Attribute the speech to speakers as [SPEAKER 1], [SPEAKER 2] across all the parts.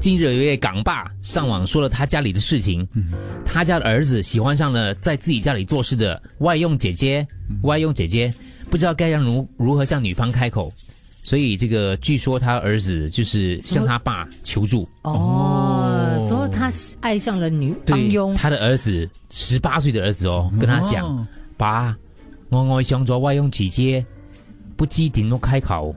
[SPEAKER 1] 近日有一位港爸上网说了他家里的事情，他家的儿子喜欢上了在自己家里做事的外佣姐姐，外佣姐姐不知道该让如如何向女方开口，所以这个据说他儿子就是向他爸求助，
[SPEAKER 2] 哦，所以他是爱上了女帮
[SPEAKER 1] 对
[SPEAKER 2] 佣，
[SPEAKER 1] 他的儿子十八岁的儿子哦，跟他讲。
[SPEAKER 3] 哦
[SPEAKER 1] 爸，我爱上咗外佣姐姐，不知點樣開口。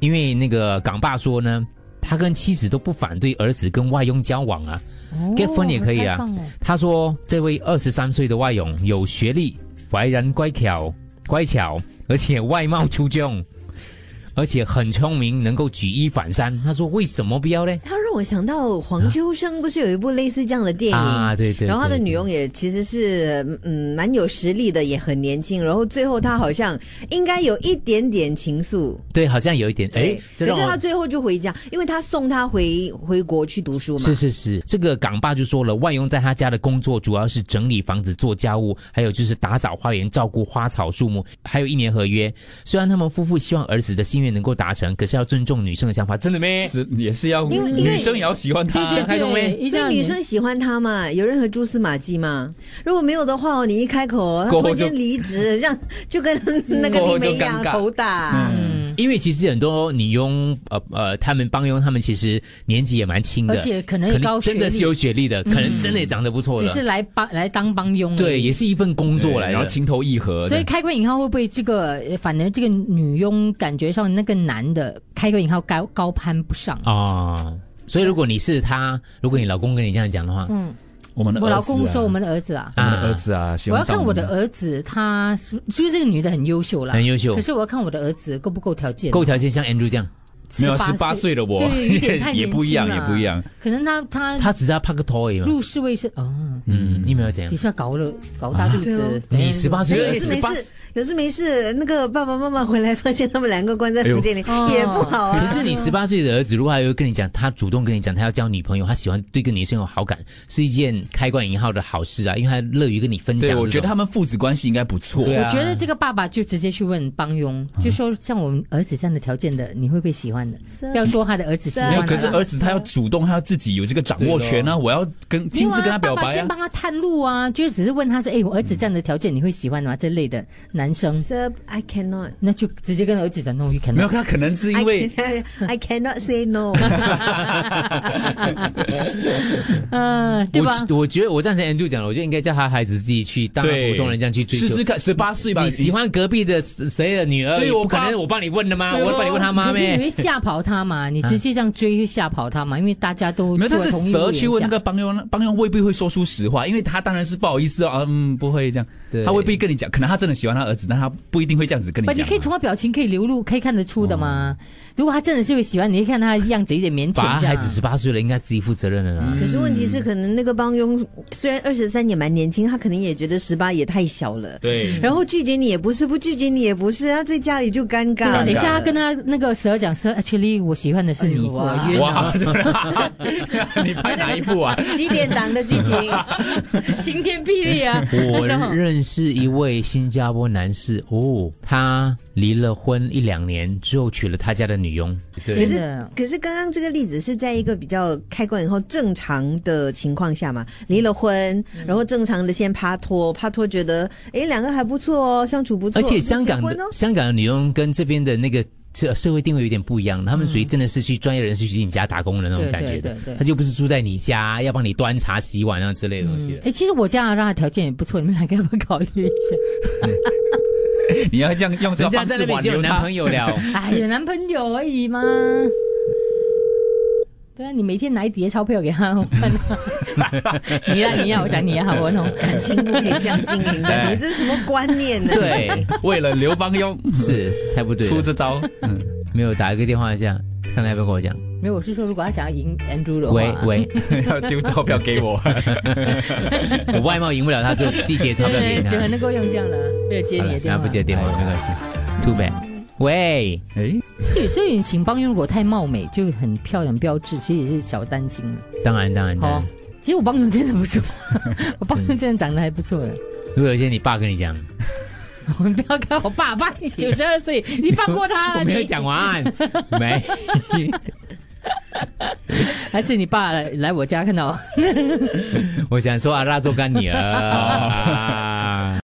[SPEAKER 1] 因为那个港爸说呢，他跟妻子都不反对儿子跟外佣交往啊。
[SPEAKER 2] 哦
[SPEAKER 1] 结婚也可以啊
[SPEAKER 2] 开放哦
[SPEAKER 1] 他说，这位二十三岁的外佣有学历，为人乖巧，乖巧，而且外貌出众，而且很聪明，能够举一反三。他说，为什么不要呢？
[SPEAKER 4] 他让我想到黄秋生不是有一部类似这样的电影？
[SPEAKER 1] 啊，对对对。
[SPEAKER 4] 然后他的
[SPEAKER 1] 对
[SPEAKER 4] 女佣也其实是嗯蛮有实力的，也很年轻。然后最后他好像应该有一点点情愫，
[SPEAKER 1] 对，好像有一点，哎
[SPEAKER 4] 对，
[SPEAKER 1] 这
[SPEAKER 4] 可
[SPEAKER 1] 让
[SPEAKER 4] 是
[SPEAKER 1] 我
[SPEAKER 4] 他最后就回家，因为他送他回回国去读书嘛。
[SPEAKER 1] 是是是，这个港爸就说了，外佣在他家的工作主要是整理房子、做家务，还有就是打扫花园、照顾花草树木，还有一年合约。虽然他们夫妇希望儿子的心愿能够达成，可是要尊重女生的想法，真的咩？
[SPEAKER 3] 是也是
[SPEAKER 1] 哦
[SPEAKER 3] 要
[SPEAKER 2] 因为因为
[SPEAKER 3] 女生也要喜欢他，
[SPEAKER 1] 对开动呗
[SPEAKER 2] 一定
[SPEAKER 4] 所
[SPEAKER 2] 要
[SPEAKER 4] 以女生喜欢他嘛？有任何蛛丝马迹吗？如果没有的话哦，你一开口，他
[SPEAKER 3] 过
[SPEAKER 4] 突
[SPEAKER 3] 后
[SPEAKER 4] 然
[SPEAKER 3] 就
[SPEAKER 4] 间离职，这样就跟那个
[SPEAKER 3] 过
[SPEAKER 4] 李
[SPEAKER 3] 后就
[SPEAKER 4] 梅一
[SPEAKER 3] 尴
[SPEAKER 4] 样
[SPEAKER 3] 尬
[SPEAKER 4] 头打。
[SPEAKER 2] 嗯，
[SPEAKER 1] 因为其实很多女佣，呃呃，他们帮佣，他们其实年纪也蛮轻的，
[SPEAKER 2] 而且可能
[SPEAKER 1] 嗯可
[SPEAKER 2] 也高
[SPEAKER 1] 能
[SPEAKER 2] 学
[SPEAKER 1] 真的是
[SPEAKER 2] 历，嗯
[SPEAKER 1] 有学历的，可能真的也长得不错
[SPEAKER 2] 只
[SPEAKER 1] 的，
[SPEAKER 2] 是来帮来当帮佣而已，
[SPEAKER 1] 对，也是一份工作来
[SPEAKER 3] 然后
[SPEAKER 1] 的。
[SPEAKER 3] 情投意合，
[SPEAKER 2] 所以开过引号会不会这个，呃反而这个女佣感觉上那个男的开过引号高高攀不上？
[SPEAKER 1] 哦，所以如果你是他，如果你老公跟你这样讲的话，
[SPEAKER 2] 嗯，
[SPEAKER 3] 我们的
[SPEAKER 2] 我
[SPEAKER 3] 儿
[SPEAKER 2] 老
[SPEAKER 3] 子
[SPEAKER 2] 公
[SPEAKER 3] 啊
[SPEAKER 2] 说我们的儿子啊，
[SPEAKER 3] 我们的儿子啊，喜
[SPEAKER 2] 我
[SPEAKER 3] 欢
[SPEAKER 2] 要
[SPEAKER 3] 上
[SPEAKER 2] 看我的
[SPEAKER 3] 们
[SPEAKER 2] 儿子，他是就是这个女的很优秀啦，
[SPEAKER 1] 很优秀
[SPEAKER 2] 可，是我要看我的儿子够不够条件，
[SPEAKER 1] 够条件像 Andrew 这样。
[SPEAKER 3] 没有
[SPEAKER 2] 18
[SPEAKER 3] 十八，岁的我
[SPEAKER 2] 对有点太
[SPEAKER 3] 也不一样，
[SPEAKER 2] 年
[SPEAKER 3] 也
[SPEAKER 2] 轻了嗯
[SPEAKER 3] 不一样，
[SPEAKER 2] 可能他他
[SPEAKER 1] 他只是要拍个拖而已嘛。
[SPEAKER 2] 入世未深哦，
[SPEAKER 1] 嗯，你没有怎样
[SPEAKER 2] 底？下搞了搞大肚
[SPEAKER 4] 对
[SPEAKER 2] 子哎
[SPEAKER 4] 哦，
[SPEAKER 2] 等一
[SPEAKER 1] 你
[SPEAKER 2] 下
[SPEAKER 1] 18岁
[SPEAKER 4] 有
[SPEAKER 1] 对
[SPEAKER 4] 事没
[SPEAKER 3] 18
[SPEAKER 4] 事，有事没事。那个爸爸妈妈回来发现他们两个关在
[SPEAKER 3] 哎呦
[SPEAKER 4] 房间里，
[SPEAKER 2] 哦
[SPEAKER 4] 也不好
[SPEAKER 1] 可
[SPEAKER 4] 啊。
[SPEAKER 1] 是你十八岁的儿子，如果还有跟你讲，他主动跟你讲他要交女朋友，他喜欢对一个女生有好感，是一件开罐引号的好事啊，因为他乐于跟你分享
[SPEAKER 3] 对
[SPEAKER 1] 这种。
[SPEAKER 3] 我觉得他们父子关系应该不错，
[SPEAKER 1] 对啊
[SPEAKER 2] 我觉得这个爸爸就直接去问帮佣，就说像我们儿子这样的条件的，你会不会喜欢的？不要说他的啊儿子喜欢的
[SPEAKER 3] 没有，
[SPEAKER 2] 啦，
[SPEAKER 3] 哎可是儿子他要主动，他要自己有这个掌握权
[SPEAKER 1] 对
[SPEAKER 3] 啊！我要跟亲自跟他表
[SPEAKER 2] 没有啊爸爸
[SPEAKER 3] 白
[SPEAKER 2] 先
[SPEAKER 3] 啊！
[SPEAKER 2] 帮他探路啊，就只是问他说：“哎，我儿子这样的条件你会喜欢吗？”这类的男生，
[SPEAKER 4] Sir, I cannot.
[SPEAKER 2] 那就直接跟儿子讲 “No, you
[SPEAKER 3] 没
[SPEAKER 2] cannot”。
[SPEAKER 3] 有，他可能是
[SPEAKER 4] I
[SPEAKER 3] 因
[SPEAKER 2] 哎
[SPEAKER 3] 为
[SPEAKER 4] cannot, I cannot say no。
[SPEAKER 2] 嗯，对吧？
[SPEAKER 1] 我我觉得我赞成 Andrew 讲的，我觉得应该叫他孩子自己去当
[SPEAKER 3] 对
[SPEAKER 1] 普通人这样去追求。
[SPEAKER 3] 试试看，十八岁吧，
[SPEAKER 1] 你喜欢隔壁的谁谁的女儿？
[SPEAKER 3] 对
[SPEAKER 1] 你
[SPEAKER 3] 我
[SPEAKER 1] 不可
[SPEAKER 3] 爸
[SPEAKER 1] 能我帮你问的吗？
[SPEAKER 3] 对
[SPEAKER 1] 我
[SPEAKER 3] 咯
[SPEAKER 1] 帮你问他妈
[SPEAKER 2] 可是你
[SPEAKER 1] 咩？
[SPEAKER 2] 会吓跑他嘛？你直接这样追会吓跑他嘛？因为大家都
[SPEAKER 3] 没有，但是
[SPEAKER 2] 做同一
[SPEAKER 3] 蛇
[SPEAKER 2] 屋
[SPEAKER 3] 去问那
[SPEAKER 2] 檐下
[SPEAKER 3] 个帮佣，帮佣未必会说出实话，因为他当然是不好意思啊，嗯，不会这样，
[SPEAKER 1] 对
[SPEAKER 3] 他未必跟你讲，可能他真的喜欢他儿子，但他不一定会这样子跟你
[SPEAKER 2] 不，
[SPEAKER 3] 讲啊。
[SPEAKER 2] 你可以从他表情可以流露，可以看得出的嘛。如果他真的是会喜欢，你会看他的样子有点腼腆这
[SPEAKER 1] 嗯把
[SPEAKER 2] 样。
[SPEAKER 1] 孩子十八岁了，应该自己负责任了啦。
[SPEAKER 4] 可是问题是，可能那个帮佣虽然二十三也蛮年轻，他可能也觉得十八也太小了。
[SPEAKER 3] 对，
[SPEAKER 4] 然后拒绝你也不是，不拒绝你也不是，他在家里就尴
[SPEAKER 2] 对啊，
[SPEAKER 4] 尬
[SPEAKER 2] 等一
[SPEAKER 3] 尴尬
[SPEAKER 4] 了。
[SPEAKER 2] 下他跟他那个蛇讲说，actually 我喜欢的是你，
[SPEAKER 4] 哎呦
[SPEAKER 1] 啊
[SPEAKER 4] 哇
[SPEAKER 2] 我约
[SPEAKER 3] 哇， 你拍 哪一部 啊？
[SPEAKER 4] 几点档的剧 情？
[SPEAKER 2] 晴天霹雳啊！
[SPEAKER 1] 我
[SPEAKER 2] 那时候
[SPEAKER 1] 认识一位新加坡男士哦，他离了婚一两年之后娶了他家的女佣。
[SPEAKER 4] 可
[SPEAKER 1] 对
[SPEAKER 2] 真
[SPEAKER 4] 是
[SPEAKER 2] 的，
[SPEAKER 4] 可是刚刚这个例子是在一个比较开关以后正常的情况下嘛，离了婚，然后正常的先拍拖，拍拖觉得哎两个还不错哦，相处不错，
[SPEAKER 1] 而且香港
[SPEAKER 4] 就
[SPEAKER 1] 的、
[SPEAKER 4] 结婚哦
[SPEAKER 1] 香港的女佣跟这边的那个社社会定位有点不一样，他们属于真的是去专业人士去你家打工的那种
[SPEAKER 2] 对
[SPEAKER 1] 感觉的
[SPEAKER 2] 对对对，
[SPEAKER 1] 他就不是住在你家要帮你端茶洗碗啊之类的东
[SPEAKER 3] 嗯
[SPEAKER 1] 西的。
[SPEAKER 2] 哎，其实我家让他条件也不错，你们两个要不要考虑 一下？
[SPEAKER 3] 你要这样用这
[SPEAKER 1] 人
[SPEAKER 3] 个
[SPEAKER 1] 家
[SPEAKER 3] 方
[SPEAKER 1] 在
[SPEAKER 3] 式
[SPEAKER 1] 那边
[SPEAKER 3] 挽
[SPEAKER 1] 已经有
[SPEAKER 3] 留
[SPEAKER 1] 男
[SPEAKER 3] 他
[SPEAKER 1] 朋。友 了，
[SPEAKER 2] 哎，有男朋友而已嘛。对啊，你每天拿一叠钞票给他，我看到 你呀你呀，我讲你呀，文红，
[SPEAKER 4] 感情不可以这样经营的，
[SPEAKER 3] 哎
[SPEAKER 4] 你这是什么观念呢？
[SPEAKER 1] 对，
[SPEAKER 3] 为了刘邦庸
[SPEAKER 1] 是太不 对
[SPEAKER 3] 出
[SPEAKER 1] 了。
[SPEAKER 3] 这 招， 嗯，
[SPEAKER 1] 没有打一个电话一下，看他要不要跟我讲。
[SPEAKER 2] 没有，我是说如果他想要赢 Andrew 的话，
[SPEAKER 1] 喂喂，
[SPEAKER 3] 要丢钞票给我，
[SPEAKER 1] 我外貌赢不了他，就自己叠钞票给
[SPEAKER 2] 对，
[SPEAKER 1] 他
[SPEAKER 2] 只。能够用这样了，没有接
[SPEAKER 1] 好
[SPEAKER 2] 你
[SPEAKER 1] 了
[SPEAKER 2] 的电话，嗯
[SPEAKER 1] 不接电话没关系，too bad。喂，
[SPEAKER 3] 哎，
[SPEAKER 2] 所以，所以请帮佣如果太貌美，就很漂亮标致，其实也是小担心了。
[SPEAKER 1] 当然当然当
[SPEAKER 2] 好
[SPEAKER 1] 然，，
[SPEAKER 2] 哦其实我帮佣真的 不错，我帮佣真的长得还不错的。
[SPEAKER 1] 如果有一天你爸跟你讲，
[SPEAKER 2] 我们不要看我爸爸，你九十二岁，你放过他
[SPEAKER 1] 我
[SPEAKER 2] 了。
[SPEAKER 1] 没有
[SPEAKER 2] 你
[SPEAKER 1] 讲完，没。
[SPEAKER 2] 还是你爸来来我家看到？
[SPEAKER 1] 我想说啊，蜡烛干女儿。啊